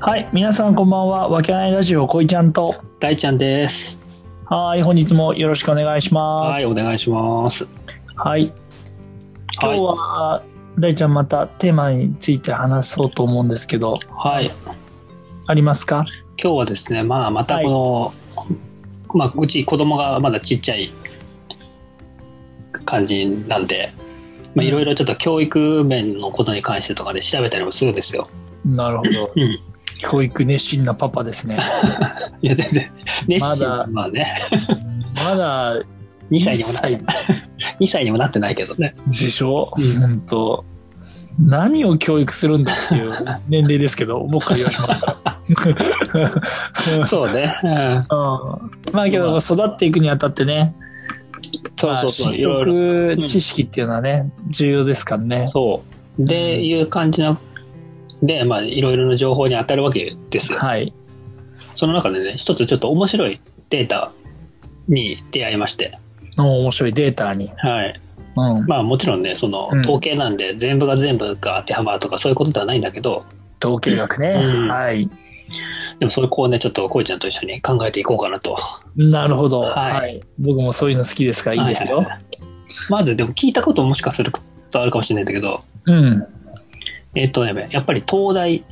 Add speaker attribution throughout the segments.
Speaker 1: はい、皆さんこんばんは。わけないラジオこいちゃんと。
Speaker 2: 大ちゃんです。
Speaker 1: はい、本日もよろしくお願いします。
Speaker 2: はい、お願いします。
Speaker 1: はい今日は、大ちゃんまたテーマについて話そうと思うんですけど、
Speaker 2: はい、はい、
Speaker 1: ありますか？
Speaker 2: 今日はですね、まあ、またこの、まあ、うち子供がまだちっちゃい感じなんで、まあ、いろいろちょっと教育面のことに関してとかで調べたりもするんですよ。
Speaker 1: なるほど。
Speaker 2: うん。
Speaker 1: 教育熱心なパパですね。
Speaker 2: いや、全然、熱心
Speaker 1: まだ
Speaker 2: まあね、
Speaker 1: まだ
Speaker 2: 2歳にもな
Speaker 1: 1
Speaker 2: 2歳にもなってないけどね。
Speaker 1: でしょ
Speaker 2: うん？
Speaker 1: 本当。何を教育するんだっていう年齢ですけど、僕から言わしま した。
Speaker 2: そうね。うん。
Speaker 1: うん、まあけど育っていくにあたってね、
Speaker 2: そうそうそ
Speaker 1: ま
Speaker 2: う、
Speaker 1: あ
Speaker 2: いろいろ。
Speaker 1: 知得知識っていうのはね、重要ですからね。
Speaker 2: そう。で、
Speaker 1: うん
Speaker 2: いう感じな、で、まあ、いろいろな情報に当たるわけですよ。
Speaker 1: はい。
Speaker 2: その中でね、一つちょっと面白いデータに出会いまして、
Speaker 1: の面白いデータに。
Speaker 2: はい。
Speaker 1: うん。
Speaker 2: まあもちろんね、その
Speaker 1: うん
Speaker 2: 統計なんで全部が全部が当てはまるとかそういうことではないんだけど、
Speaker 1: 統計学ね。
Speaker 2: うん
Speaker 1: はい。
Speaker 2: でもそれこうね、ちょっとこいちゃんと一緒に考えていこうかなと。
Speaker 1: なるほど、
Speaker 2: は
Speaker 1: はいい。僕もそういうの好きですからいいですよ。
Speaker 2: はいまずでも聞いたこともしかするとあるかもしれないんだけど、
Speaker 1: うん。
Speaker 2: えっ、とね、やっぱり東大、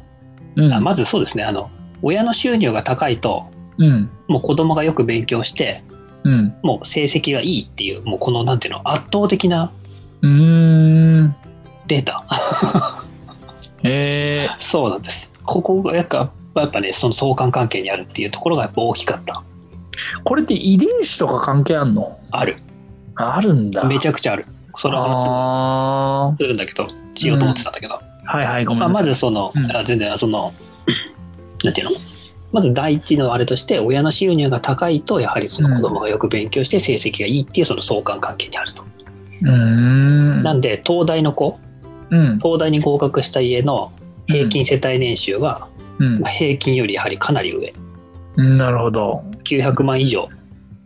Speaker 1: うん。
Speaker 2: あまずそうですね、あの、親の収入が高いと、
Speaker 1: うん。
Speaker 2: もう子供がよく勉強して、
Speaker 1: うん。
Speaker 2: もう成績がいいっていう、もうこのなんていうの、圧倒的な
Speaker 1: うーん。
Speaker 2: データ。
Speaker 1: え
Speaker 2: そうなんです。ここがやっぱやっぱね、その相関関係にあるっていうところがやっぱ大きかった。
Speaker 1: ー、これって遺伝子とか関係あんの
Speaker 2: ある。
Speaker 1: あるんだ。
Speaker 2: めち
Speaker 1: ゃ
Speaker 2: ゃくちゃある。その話も
Speaker 1: あー
Speaker 2: するんだけど、しようと思ってたんだけど。
Speaker 1: はいはい、ごめ
Speaker 2: まあ、
Speaker 1: んな
Speaker 2: ま
Speaker 1: さい。
Speaker 2: ずその、
Speaker 1: うん
Speaker 2: あ全然その、 なんていうのまず第一のあれとして、親の収入が高いと、やはりその子供がよく勉強して成績がいいっていうその相関関係にあると。
Speaker 1: うーん。
Speaker 2: なんで、東大の子、
Speaker 1: うん。
Speaker 2: 東大に合格した家の平均世帯年収は、
Speaker 1: うん
Speaker 2: まあ平均よりやはりかなり上。
Speaker 1: うん。なるほど。
Speaker 2: 900万以上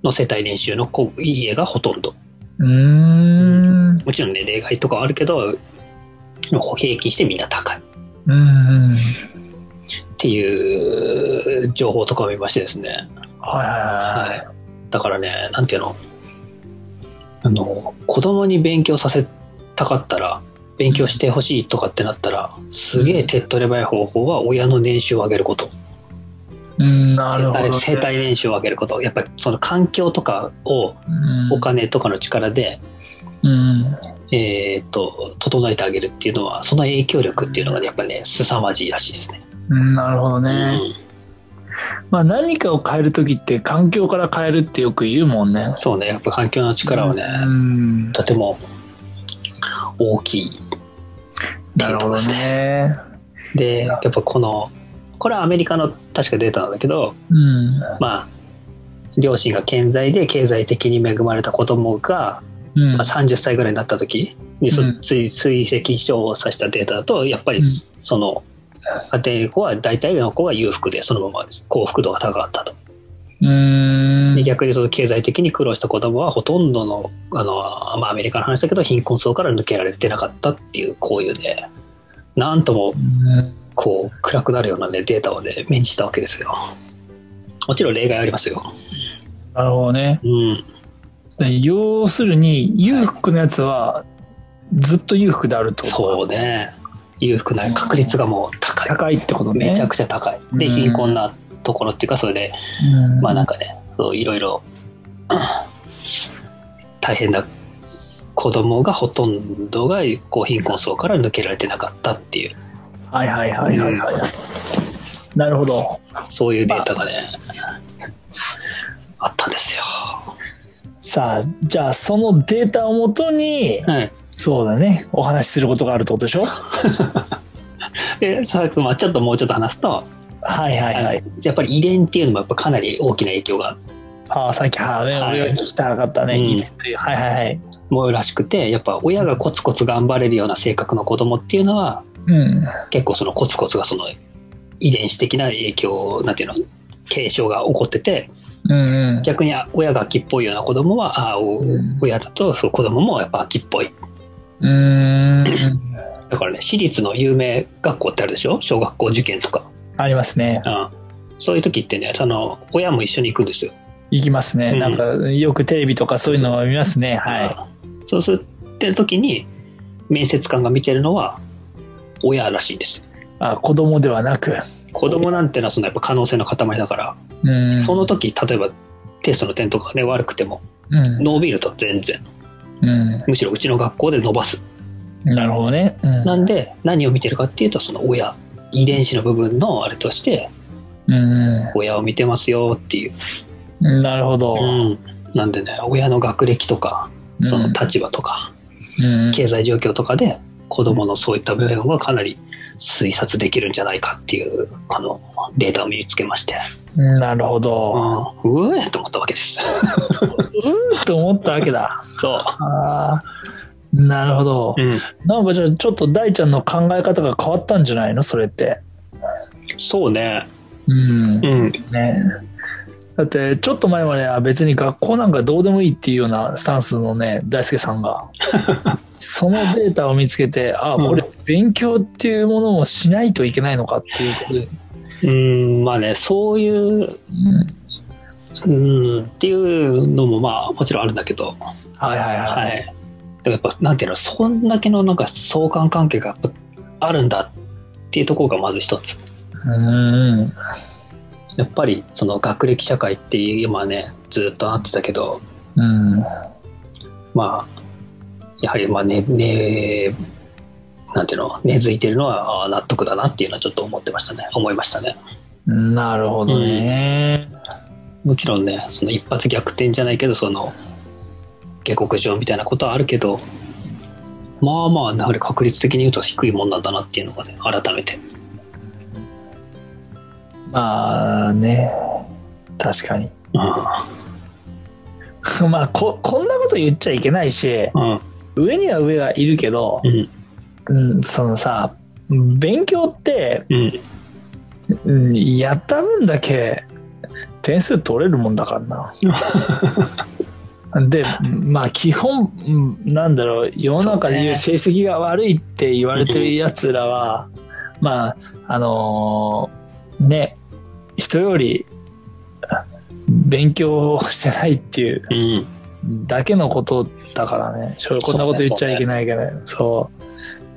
Speaker 2: の世帯年収の子家がほとんど。
Speaker 1: うーん。
Speaker 2: もちろんね、例外とかはあるけど、平均してみんな高い
Speaker 1: うんうん。
Speaker 2: っていう情報とかを見ましてですね。
Speaker 1: はいはいはい。
Speaker 2: い。だからね、なんていうの、あの、子供に勉強させたかったら、勉強してほしいとかってなったら、すげえ手っ取り早い方法は親の年収を上げること。
Speaker 1: うん、なるほど、ね。
Speaker 2: 世帯年収を上げること。やっぱりその環境とかを
Speaker 1: うん
Speaker 2: お金とかの力で、
Speaker 1: うん。
Speaker 2: えーっと、整えてあげるっていうのは、その影響力っていうのがね、やっぱね、凄まじいらしいですね。
Speaker 1: うんなるほど
Speaker 2: う
Speaker 1: ね。
Speaker 2: ん
Speaker 1: まあ何かを変えるときって環境から変えるってよく言うもんね。
Speaker 2: そうね、やっぱ環境の力はね、
Speaker 1: うん。
Speaker 2: とても大きい。
Speaker 1: なるほどね。
Speaker 2: で、やっぱこの、これはアメリカの確かデータなんだけど、
Speaker 1: うん。
Speaker 2: まあ、両親が健在で経済的に恵まれた子供が、
Speaker 1: うん
Speaker 2: まあ、30歳ぐらいになった時に、そ
Speaker 1: うん
Speaker 2: 追追跡書を指したデータだと、やっぱり
Speaker 1: うん
Speaker 2: その、家庭の子は大体の子が裕福で、そのままです幸福度が高かったと。
Speaker 1: うん
Speaker 2: で逆にその経済的に苦労した子供はほとんどのあの、まあ、アメリカの話だけど貧困層から抜けられてなかったっていうこういうねなんとも
Speaker 1: うん
Speaker 2: こう暗くなるような、ね、データをね目にしたわけですよもちろん例外ありますよ
Speaker 1: なるほどね。
Speaker 2: うん
Speaker 1: で要するに裕福なやつはずっと裕福であるってことか
Speaker 2: そう。ね裕福な確率がもう高い
Speaker 1: 高いってことね。
Speaker 2: めちゃくちゃ高いで
Speaker 1: うん
Speaker 2: 貧困なところっていうかそれで
Speaker 1: うん
Speaker 2: まあなんかねそういろいろ 大変な子供がほとんどがこう貧困層から抜けられてなかったっていう
Speaker 1: はいはいはいはいはい。なるほど。
Speaker 2: そういうデータがね、あったんですよ。
Speaker 1: さあ、じゃあそのデータをもとに、
Speaker 2: はい、
Speaker 1: そうだね。お話しすることがあるってことでしょ
Speaker 2: で佐々木君はちょっともうちょっと話すと、
Speaker 1: はいはいはい。
Speaker 2: あのやっぱり遺伝っていうのもやっぱかなり大きな影響が
Speaker 1: ああ、さっき、はあね、
Speaker 2: はい
Speaker 1: 俺が聞きたかったね。
Speaker 2: うん
Speaker 1: いいねっていうはいはいはい。
Speaker 2: もうらしくてやっぱ親がコツコツ頑張れるような性格の子供っていうのは
Speaker 1: うん。
Speaker 2: 結構そのコツコツがその遺伝子的な影響なんていうの継承が起こってて
Speaker 1: うんうん。
Speaker 2: 逆に親が秋っぽいような子供はああお
Speaker 1: うん
Speaker 2: 親だとそう子供もやっぱ秋っぽいう
Speaker 1: ーん。
Speaker 2: だからね私立の有名学校ってあるでしょ小学校受験とか
Speaker 1: ありますね。
Speaker 2: うん、そういう時ってねその親も一緒に行くんですよ、
Speaker 1: 行きますね。
Speaker 2: うん
Speaker 1: なんか、よくテレビとかそういうのは見ますね。はい。
Speaker 2: い、そうするって時に面接官が見てるのは親らしいんです
Speaker 1: あ、子供ではなく。
Speaker 2: 子供なんてのはそのやっぱ可能性の塊だから、
Speaker 1: うん。
Speaker 2: その時例えばテストの点とかね悪くても
Speaker 1: うん。
Speaker 2: 伸びると全然
Speaker 1: うん。
Speaker 2: むしろうちの学校で伸ばす
Speaker 1: なるほどね。うん。
Speaker 2: なんで何を見てるかっていうとその親遺伝子の部分のあれとして
Speaker 1: うん。
Speaker 2: 親を見てますよっていう、
Speaker 1: なるほど。
Speaker 2: うん、なんでね親の学歴とか
Speaker 1: うん
Speaker 2: その立場とか、
Speaker 1: うん。
Speaker 2: 経済状況とかで子供のそういった部分はかなり推察できるんじゃないかっていうあのデータを身につけまして、
Speaker 1: なるほ
Speaker 2: う
Speaker 1: ど。
Speaker 2: ん、うえと思ったわけです
Speaker 1: と思ったわけだ。
Speaker 2: そう、
Speaker 1: あーなるほど。
Speaker 2: うん、
Speaker 1: なんかじゃあちょっと大ちゃんの考え方が変わったんじゃないのそれって。
Speaker 2: そうね
Speaker 1: うん。
Speaker 2: うん
Speaker 1: ね。だってちょっと前までは別に学校なんかどうでもいいっていうようなスタンスのね大輔さん がそのデータを見つけてあ
Speaker 2: うん
Speaker 1: これ勉強っていうものをしないといけないのかっていうことで、
Speaker 2: うんまあねそういう
Speaker 1: うん
Speaker 2: うんっていうのもまあもちろんあるんだけど
Speaker 1: はいはいはい、
Speaker 2: はい。でもやっぱ、なんていうの、そんだけのなんか相関関係がやっぱあるんだっていうところがまず一つ。
Speaker 1: うん
Speaker 2: やっぱり、その学歴社会っていう今ね、ずっとなってたけど、
Speaker 1: うん
Speaker 2: まあ、やはり、まあね、ね、なんていうの、根付いてるのはあー納得だなっていうのはちょっと思ってましたね。思いましたね。
Speaker 1: うんなるほどね、
Speaker 2: もちろんね、その一発逆転じゃないけど、その、下克上みたいなことはあるけど、まあまあ、やはり確率的に言うと低いもんなんだなっていうのがね、改めて。
Speaker 1: まあね確かに
Speaker 2: うん
Speaker 1: まあここんなこと言っちゃいけないし
Speaker 2: うん
Speaker 1: 上には上がいるけど、
Speaker 2: うん
Speaker 1: うん、そのさ勉強って
Speaker 2: うん
Speaker 1: うんやった分だけ点数取れるもんだからな。でまあ基本うんなんだろう世の中でいう
Speaker 2: そ
Speaker 1: 成績が悪いって言われてるやつらは、まああのーね人より勉強してないっていう
Speaker 2: うん
Speaker 1: だけのことだからねしょこんなこと言っちゃいけないけどそ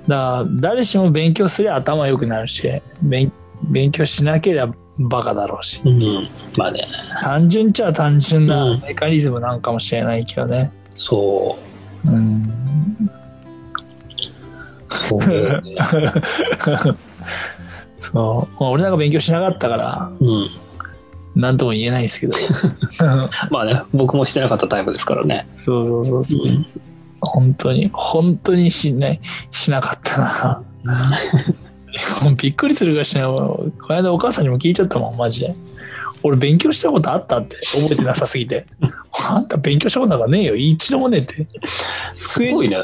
Speaker 1: うだから誰しも勉強すりゃ頭良くなるし勉勉強しなければバカだろうし
Speaker 2: うんまあね
Speaker 1: 単純っちゃ単純
Speaker 2: う
Speaker 1: なんメカニズムなんかもしれないけどね
Speaker 2: そ
Speaker 1: うん
Speaker 2: うそうだ よね
Speaker 1: そうまあ俺なんか勉強しなかったから
Speaker 2: うん
Speaker 1: 何とも言えないですけど
Speaker 2: まあね僕もしてなかったタイプですからね
Speaker 1: そうそうそうそうそう本当に本当にしないしなかったな もうびっくりするぐらいしないこの間お母さんにも聞いちゃったもんマジで俺勉強したことあったって覚えてなさすぎてあんた勉強したことなんかねえよ一度もねえって
Speaker 2: すごいね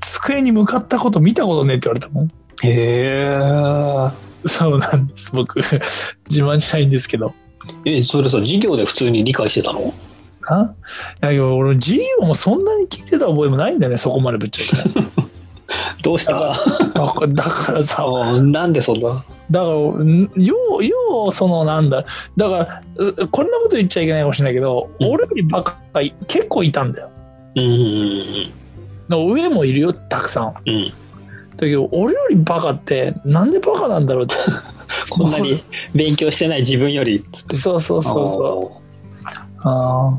Speaker 1: 机に向かったこと見たことねえって言われたもん
Speaker 2: へえ
Speaker 1: そうなんです僕自慢しないんですけど
Speaker 2: えそれさ授業で普通に理解してたの
Speaker 1: あだけど俺授業もそんなに聞いてた覚えもないんだよねそこまでぶっちゃけ
Speaker 2: どうした
Speaker 1: だからだからさ
Speaker 2: うんなんでそんな
Speaker 1: だからんようようそのなんだだからうこんなこと言っちゃいけないかもしれないけど、
Speaker 2: うん
Speaker 1: 俺よりバカがい結構いたんだよ
Speaker 2: うんうん
Speaker 1: の上もいるよたくさんだ
Speaker 2: うんうん
Speaker 1: けど俺よりバカってなんでバカなんだろうって
Speaker 2: こんなに勉強してない自分より
Speaker 1: そうそうそうそうあ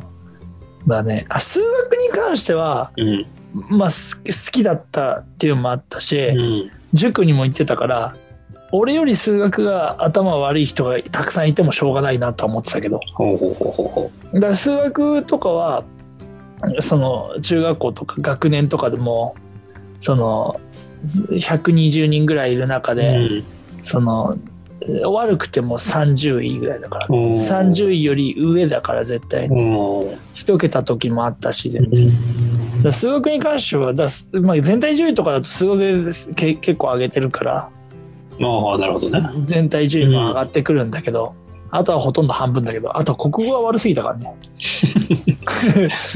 Speaker 1: ーだねあ数学に関しては
Speaker 2: ううん
Speaker 1: まあす好きだったっていうのもあったし、
Speaker 2: うん
Speaker 1: 塾にも行ってたから俺より数学が頭悪い人がたくさんいてもしょうがないなとは思ってたけど
Speaker 2: ほうほうほうほうほ
Speaker 1: だから数学とかはその中学校とか学年とかでもその120人ぐらいいる中
Speaker 2: う
Speaker 1: で、その悪くても30位ぐらいだから
Speaker 2: うん
Speaker 1: 30位より上だから絶対に
Speaker 2: うん
Speaker 1: 1桁時もあったし全然だから数学に関してはだす、まあ、全体順位とかだと数学でけ結構上げてるから
Speaker 2: ああなるほどね
Speaker 1: 全体順位も上がってくるんだけど、あとはほとんど半分だけどあと国語は悪すぎたから ね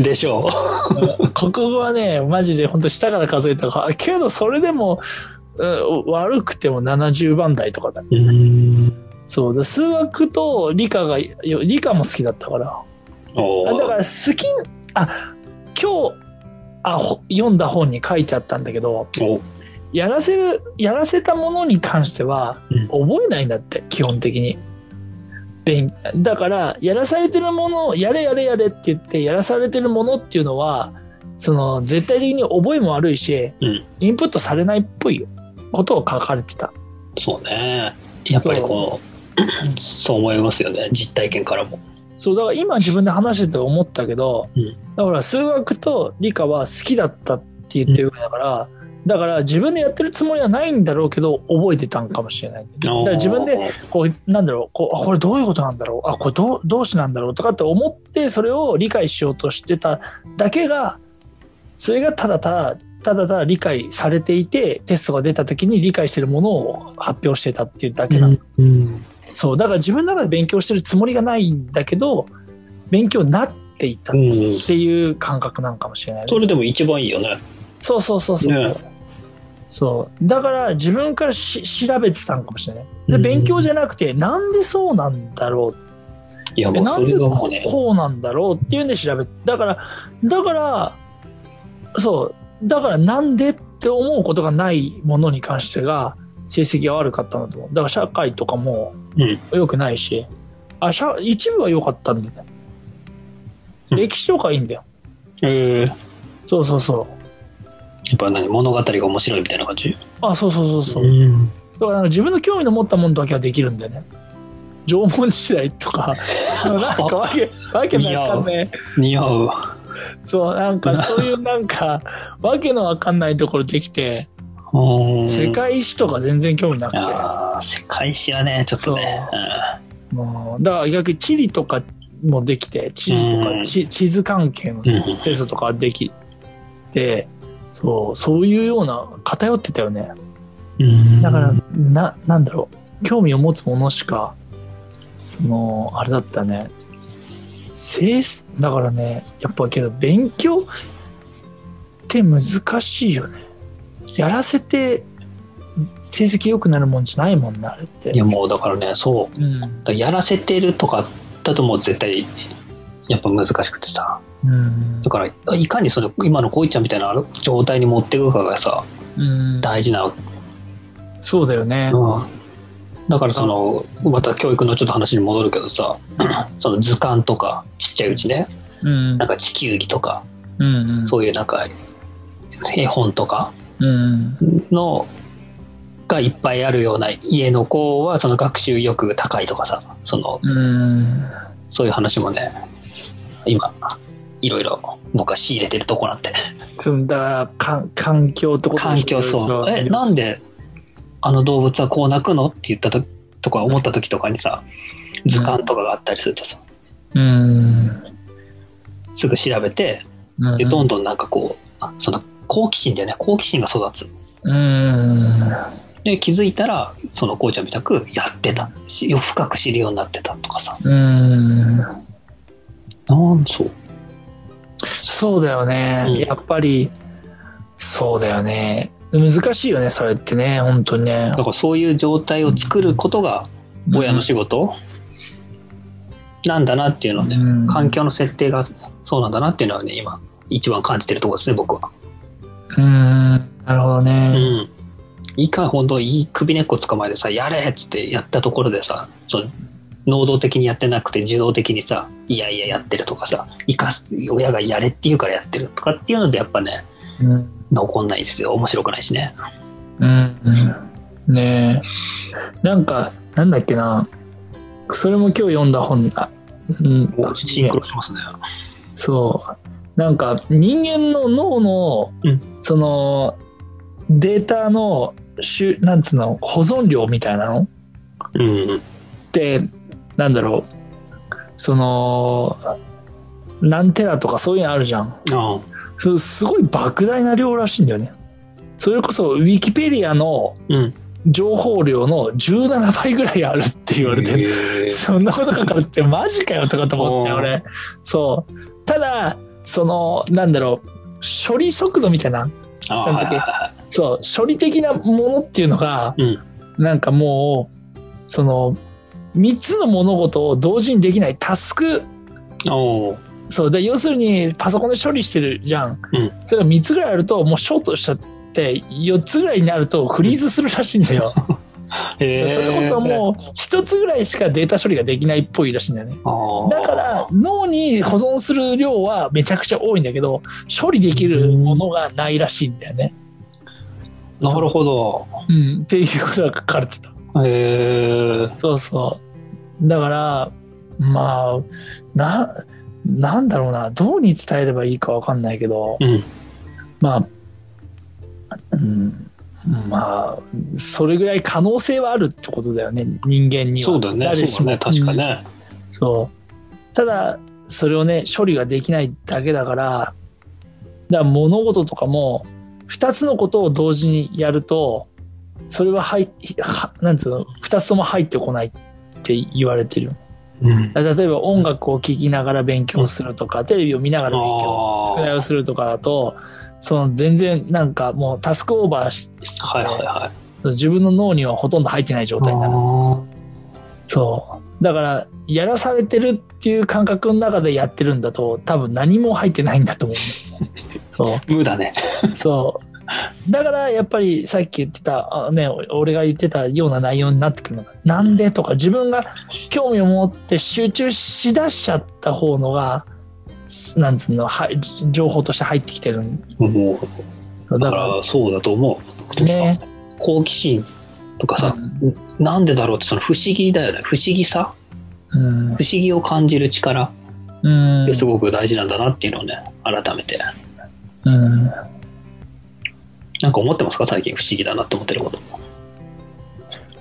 Speaker 2: でしょう
Speaker 1: 国語はねマジで本当下から数えたからけどそれでも、うん悪くても70番台とかだ
Speaker 2: うん
Speaker 1: そうだ数学と理科がよ理科も好きだったから
Speaker 2: お
Speaker 1: あだから
Speaker 2: ー
Speaker 1: 好きあ今日あほ読んだ本に書いてあったんだけど
Speaker 2: お
Speaker 1: やらせるやらせたものに関しては
Speaker 2: うん
Speaker 1: 覚えないんだって、基本的に勉だからやらされてるものをやれやれやれって言ってやらされてるものっていうのはその絶対的に覚えも悪いし、
Speaker 2: うん
Speaker 1: インプットされないっぽいことを書かれてた
Speaker 2: そうねやっぱりこうそう思いますよね実体験からも
Speaker 1: そうだから今自分で話してて思ったけど、
Speaker 2: うん
Speaker 1: だから数学と理科は好きだったって言ってるぐらいだから、だから自分でやってるつもりはないんだろうけど覚えてたんかもしれないだから自分で
Speaker 2: で
Speaker 1: こうなんだろうこうあこれどういうことなんだろうあこれどうどうしなんだろうとかって思ってそれを理解しようとしてただけがそれがただただただただ理解されていてテストが出た時に理解してるものを発表してたっていうだけなの
Speaker 2: うん
Speaker 1: そうだから自分の中で勉強してるつもりがないんだけど勉強になっていった
Speaker 2: う
Speaker 1: っ
Speaker 2: ん
Speaker 1: ていう感覚なんかもしれないね、
Speaker 2: それでも一番いいよね
Speaker 1: そうそうそうそう、
Speaker 2: ね
Speaker 1: そうだから自分からし調べてたんかもしれないで
Speaker 2: うん
Speaker 1: 勉強じゃなくてなんでそうなんだろう
Speaker 2: いや
Speaker 1: で
Speaker 2: もう
Speaker 1: な
Speaker 2: そ
Speaker 1: んで
Speaker 2: れがもうね
Speaker 1: こうなんだろうっていうんで調べてだからだからそうだからなんでって思うことがないものに関してが成績が悪かったんだと思うだから社会とかも
Speaker 2: うん
Speaker 1: 良くないし、あ社一部は良かったんだよね、
Speaker 2: うん
Speaker 1: 歴史とかいいんだよ
Speaker 2: えーや
Speaker 1: そうそうそう
Speaker 2: っぱ何物語が面白いみたいな感じ
Speaker 1: あそうそうそうそう、
Speaker 2: ん
Speaker 1: だからなんか自分の興味の持ったものだけはできるんだよね縄文時代とかそのなんかわけわけのわかんない
Speaker 2: 似合う
Speaker 1: そうなんかそういうなん かわけのわかんないところできて
Speaker 2: うん
Speaker 1: 世界史とか全然興味なくて、
Speaker 2: あー世界史はねちょっとね
Speaker 1: うんだから逆に地理とかもできて地理と
Speaker 2: う
Speaker 1: か
Speaker 2: ん
Speaker 1: 地地図関係の
Speaker 2: うんうん
Speaker 1: テストとかできてそうそういうような偏ってたよね
Speaker 2: うん
Speaker 1: だからななんだろう興味を持つものしかそのあれだったね性質だからねやっぱけど勉強って難しいよねやらせて成績良くなるもんじゃないもんなあれって
Speaker 2: いやもうだからねそう
Speaker 1: うん
Speaker 2: だからやらせてるとかだともう絶対やっぱ難しくてさ
Speaker 1: うん
Speaker 2: だからいかにその今のこいちゃんみたいな状態に持っていくかがさ
Speaker 1: うん
Speaker 2: 大事なわけ、
Speaker 1: そうだよね
Speaker 2: だからそのまた教育のちょっと話に戻るけどさ その図鑑とかちっちゃいうちね
Speaker 1: うん
Speaker 2: なんか地球儀とか
Speaker 1: うんうん
Speaker 2: そういうなんか絵本とか
Speaker 1: うん
Speaker 2: のがいっぱいあるような家の子はその学習意欲が高いとかさその
Speaker 1: うん
Speaker 2: そういう話もね今いろいろ僕は仕入れてるとこなんて
Speaker 1: そのだからかん環境ってこと
Speaker 2: 環境そうえなん
Speaker 1: で
Speaker 2: であの動物はこう鳴くのって言ったととか思った時とかにさ図鑑とかがあったりするとさ
Speaker 1: しょうん
Speaker 2: すぐ調べて
Speaker 1: うん
Speaker 2: でどんどんなんかこうあその好奇心だよね好奇心が育つ
Speaker 1: うん
Speaker 2: で気づいたらそのこうちゃんみたくやってたしよ深く知るようになってたとかさ
Speaker 1: うん
Speaker 2: なんそう
Speaker 1: そうだよね、
Speaker 2: うん
Speaker 1: やっぱりそうだよね難しいよねそれってね本当にね
Speaker 2: だからそういう状態を作ることが親の仕事なんだなっていうので、
Speaker 1: うん
Speaker 2: 環境の設定がそうなんだなっていうのはね今一番感じてるところですね僕は。
Speaker 1: うんなるほど
Speaker 2: う
Speaker 1: ね、
Speaker 2: ん、いかに本当いい首根っこ捕まえてさやれっつってやったところでさそう能動的にやってなくて受動的にさいやいややってるとかさいかす親がやれって言うからやってるとかっていうのでやっぱね
Speaker 1: うん
Speaker 2: 残んないですよ面白くないしね
Speaker 1: うんうんねえなんかなんだっけなそれも今日読んだ本だ、うん
Speaker 2: もうシンクロしますね
Speaker 1: そうなんか人間の脳の、
Speaker 2: うん
Speaker 1: そのデータのしゅなんつうの保存量みたいなの
Speaker 2: うん
Speaker 1: ってなんだろうその何テラとかそういうのあるじゃん
Speaker 2: あ
Speaker 1: そすごい莫大な量らしいんだよねそれこそウィキペディアの
Speaker 2: うん
Speaker 1: 情報量の17倍ぐらいあるって言われてる、
Speaker 2: へえ
Speaker 1: そんなこと書かれてマジかよとかと思って
Speaker 2: おー
Speaker 1: 俺そうただそのなんだろう処理速度みたいなな
Speaker 2: あ
Speaker 1: んだっけ
Speaker 2: あ
Speaker 1: そう処理的なものっていうのが、
Speaker 2: うん
Speaker 1: なんかもうその3つの物事を同時にできないタスク
Speaker 2: おー
Speaker 1: そうで要するにパソコンで処理してるじゃん、
Speaker 2: うん
Speaker 1: それが3つぐらいあるともうショートしちゃって4つぐらいになるとフリーズするらしいんだよ、
Speaker 2: へー
Speaker 1: それこそもう1つぐらいしかデータ処理ができないっぽいらしいんだよね
Speaker 2: あー
Speaker 1: だから脳に保存する量はめちゃくちゃ多いんだけど処理できるものがないらしいんだよね、
Speaker 2: なるほど
Speaker 1: うん、っていうことが書かれてた
Speaker 2: へえ
Speaker 1: そうそうだからまあななんだろうなどうに伝えればいいかわかんないけど
Speaker 2: うん
Speaker 1: まあ、うん、まあそれぐらい可能性はあるってことだよね人間には
Speaker 2: そうだね
Speaker 1: 誰し
Speaker 2: そう
Speaker 1: も
Speaker 2: だね確かね
Speaker 1: そう。ただ、それをね、処理ができないだけだから、だから物事とかも、二つのことを同時にやると、それは入は、なんつうの、二つとも入ってこないって言われてるよ。
Speaker 2: うん
Speaker 1: だから例えば音楽を聴きながら勉強するとか、テレビを見ながら勉強、
Speaker 2: あ
Speaker 1: 宿題
Speaker 2: ー
Speaker 1: をするとかだと、その全然なんかもうタスクオーバーしして、
Speaker 2: はいはいはい
Speaker 1: 自分の脳にはほとんど入ってない状態になる。
Speaker 2: あ
Speaker 1: そう。だから、やらされてるっていう感覚の中でやってるんだと、多分何も入ってないんだと 思うんだよね。
Speaker 2: ー無だね
Speaker 1: そう。そう。だから、やっぱりさっき言ってた、あね、お俺が言ってたような内容になってくるのが、なんでとか、自分が興味を持って集中しだしちゃった方のが、すなんつうの、は情報として入ってきてるん
Speaker 2: も
Speaker 1: だ
Speaker 2: うだ
Speaker 1: だ
Speaker 2: か
Speaker 1: から
Speaker 2: そうだと思う。
Speaker 1: ら、ね。
Speaker 2: 好奇心とかさ、なんでだろうってその不思議だよね。不思議さ
Speaker 1: うん。
Speaker 2: 不思議を感じる力っ
Speaker 1: うん
Speaker 2: て。すごく大事なんだなっていうのをね、改めて。
Speaker 1: うん
Speaker 2: なんか思ってますか最近不思議だなって思ってること。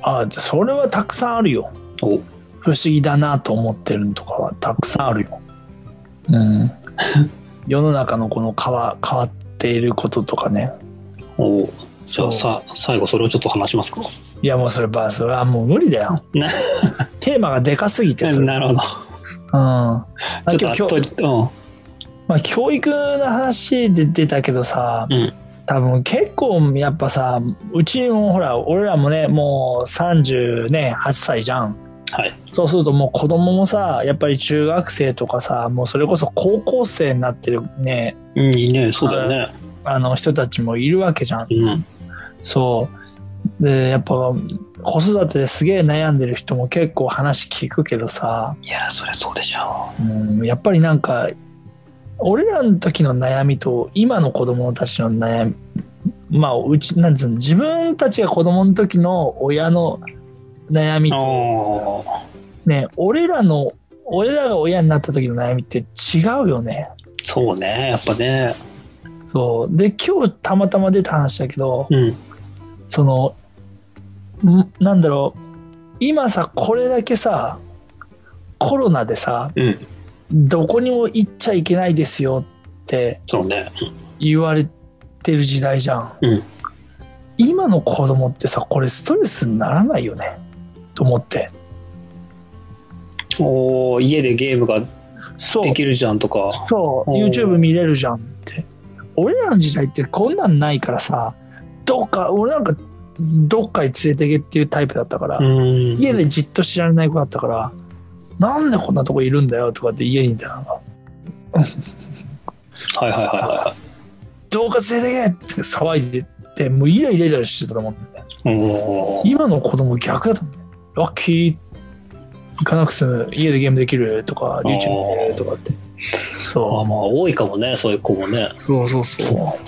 Speaker 1: あ、それはたくさんあるよ。
Speaker 2: お
Speaker 1: 不思議だなと思ってるのとかはたくさんあるよ。 うん。世の中のこの変わ変わっていることとかね。
Speaker 2: おじ
Speaker 1: そ
Speaker 2: ゃあ
Speaker 1: う
Speaker 2: さ、最後それをちょっと話しますか
Speaker 1: いやもうそればそれはもう無理だよ。
Speaker 2: な
Speaker 1: テーマがでかすぎてそれ。
Speaker 2: なるほ
Speaker 1: うん。まあ
Speaker 2: ど。
Speaker 1: 今
Speaker 2: ち
Speaker 1: 日
Speaker 2: ょっと
Speaker 1: 今日
Speaker 2: 後、
Speaker 1: まあ教育の話で出たけどさ、
Speaker 2: うん
Speaker 1: 多分結構やっぱさうちもほら俺らもねもう38歳じゃん。
Speaker 2: はい
Speaker 1: そうするともう子供もさやっぱり中学生とかさもうそれこそ高校生になってるね
Speaker 2: うん。うん、いいね。そうだよね。
Speaker 1: あの人たちもいるわけじゃん。
Speaker 2: うん。
Speaker 1: そう。で、やっぱ子育てですげえ悩んでる人も結構話聞くけどさ、
Speaker 2: いや、そりゃそうでしょ
Speaker 1: うん、やっぱりなんか、俺らの時の悩みと今の子供たちの悩み、まあ、うち、なんつうの、自分たちが子供の時の親の悩み
Speaker 2: う。
Speaker 1: と、
Speaker 2: おー
Speaker 1: ね、俺らの、俺らが親になった時の悩みって違うよね。
Speaker 2: そうね。やっぱね。
Speaker 1: そう。で、今日たまたま出た話だけど、
Speaker 2: うん。
Speaker 1: そのんなんだろう今さこれだけさコロナでさ
Speaker 2: うん。
Speaker 1: どこにも行っちゃいけないですよって
Speaker 2: そうね。
Speaker 1: 言われてる時代じゃん、
Speaker 2: うん
Speaker 1: 今の子供ってさこれストレスにならないよねと思って
Speaker 2: おー家でゲームが
Speaker 1: そう
Speaker 2: できるじゃんとか。
Speaker 1: そう
Speaker 2: おー
Speaker 1: YouTube 見れるじゃんって俺らの時代ってこんなんないからさどっか俺なんかどっかに連れてけっていうタイプだったから、
Speaker 2: うん
Speaker 1: 家でじっと知られない子だったから、なんでこんなとこいるんだよとかって家にいたら、
Speaker 2: はいはいはいはいは
Speaker 1: どうか連れてけって騒いでて、もうイライライラしてたと思うんだよね。
Speaker 2: い。おー
Speaker 1: 今の子供逆だと思うんだよ。ラッキー行かなくても家でゲームできるとか、
Speaker 2: ー
Speaker 1: YouTube 見れるとかって。
Speaker 2: あ
Speaker 1: そ
Speaker 2: まあ多いかもね、そういう子もね
Speaker 1: う。。そうそうそう。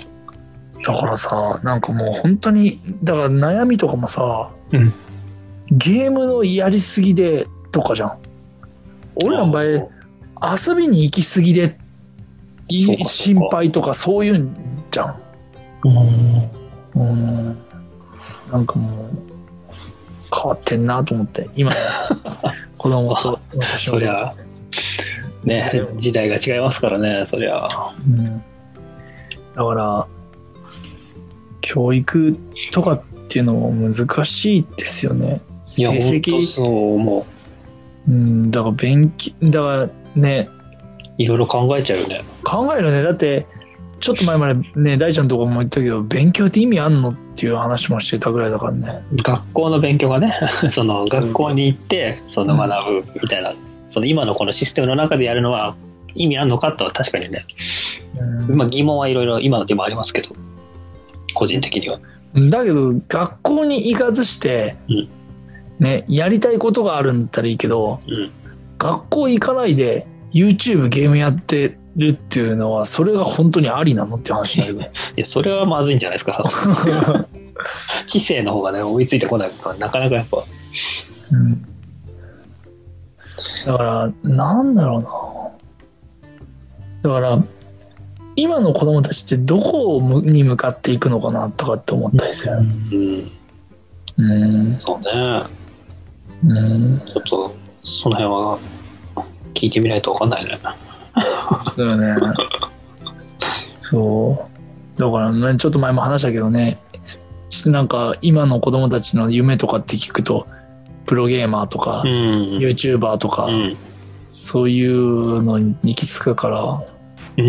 Speaker 1: だからさ、なんかもう本当に、だから悩みとかもさ、
Speaker 2: うん
Speaker 1: ゲームのやりすぎでとかじゃん。俺らの場合、遊びに行き過ぎでい
Speaker 2: そうかそうか
Speaker 1: 心配とかそういうんじゃん。
Speaker 2: うん
Speaker 1: うんなんかもう変わってんなと思って 今の子供と
Speaker 2: そりゃ、ね、時代が違いますからね、そりゃ。
Speaker 1: うんだから教育とかっていうのも難しいですよね。
Speaker 2: いや、
Speaker 1: 成
Speaker 2: 本当
Speaker 1: 績、
Speaker 2: そう思う。
Speaker 1: うん、だから勉強だからね
Speaker 2: いろいろ考えちゃうよね。
Speaker 1: 考えるねだってちょっと前までね、大ちゃんのとこも言ったけど、勉強って意味あんのっていう話もしてたぐらいだからね。
Speaker 2: 学校の勉強がね その学校に行ってその学ぶみたいな、その今のこのシステムの中でやるのは意味あんのかとは確かにね、
Speaker 1: うん
Speaker 2: まあ、疑問はいろいろ今のでもありますけど個人的には
Speaker 1: だけど学校に行かずして、
Speaker 2: うん
Speaker 1: ね、やりたいことがあるんだったらいいけど
Speaker 2: うん
Speaker 1: 学校行かないで YouTube ゲームやってるっていうのはそれが本当にありなのって話になる
Speaker 2: いやそれはまずいんじゃないですか 知性の方がね追いついてこないからなかなかやっぱ
Speaker 1: うんだからなんだろうなだから今の子供たちってどこに向かっていくのかなとかって思ったりする
Speaker 2: うん
Speaker 1: うん
Speaker 2: そうね
Speaker 1: うん
Speaker 2: ちょっとその辺は聞いてみないと分かんないね
Speaker 1: だよね。そう。だからね、ちょっと前も話したけどね、ちなんか今の子供たちの夢とかって聞くと、プロゲーマーとか
Speaker 2: う、ん
Speaker 1: YouTuber とか、
Speaker 2: うん
Speaker 1: そういうのに行き着くから、
Speaker 2: う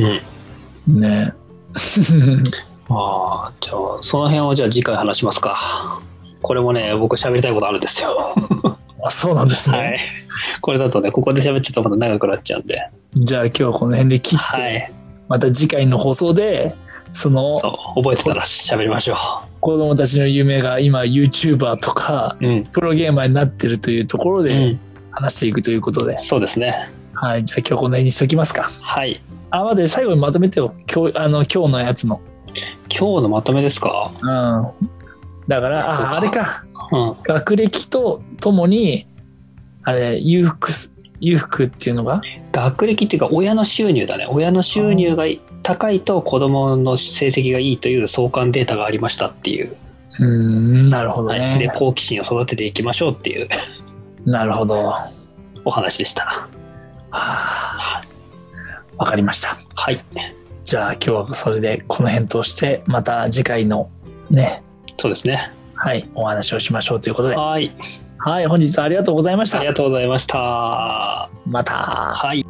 Speaker 2: ん
Speaker 1: ね。
Speaker 2: ああじゃあその辺をじゃあ次回話しますかこれもね僕喋りたいことあるんですよ
Speaker 1: あそうなんですね。
Speaker 2: はい。 これだとね、ここで喋っちゃうとまだ長くなっちゃうんで。
Speaker 1: じゃあ今日はこの辺で切って、
Speaker 2: はい。
Speaker 1: また次回の放送で、その
Speaker 2: そう覚えてたら喋りましょ
Speaker 1: 子供たちの夢が今 YouTuber とか、
Speaker 2: う。うん。
Speaker 1: プロゲーマーになってるというところ
Speaker 2: う
Speaker 1: で
Speaker 2: ん。
Speaker 1: 話していくということで、
Speaker 2: そうですね。
Speaker 1: はい、じゃあ今日はこの辺にしときますか。
Speaker 2: はい。
Speaker 1: あ、まで最後にまとめてよ。今日、あの、今日のやつの。
Speaker 2: 今日のまとめですか
Speaker 1: うん。だから、
Speaker 2: そうか
Speaker 1: あ、あれか。
Speaker 2: うん。
Speaker 1: 学歴とともに、あれ、裕福す、裕福っていうのが
Speaker 2: 学歴っていうか、親の収入だね。親の収入が高いと子供の成績がいいという相関データがありましたっていう。
Speaker 1: うーん、なるほど
Speaker 2: はい。で、
Speaker 1: ね。
Speaker 2: 好奇心を育てていきましょうっていう
Speaker 1: なるほど。は
Speaker 2: お話でした。
Speaker 1: あわかりました。
Speaker 2: はい。
Speaker 1: じゃあ今日はそれでこの辺として、また次回のね、
Speaker 2: そうですね。
Speaker 1: はい、お話をしましょうということで。
Speaker 2: はい。
Speaker 1: はい、本日はありがとうございまし
Speaker 2: あ
Speaker 1: た
Speaker 2: り。がとうございました。は
Speaker 1: また。
Speaker 2: い。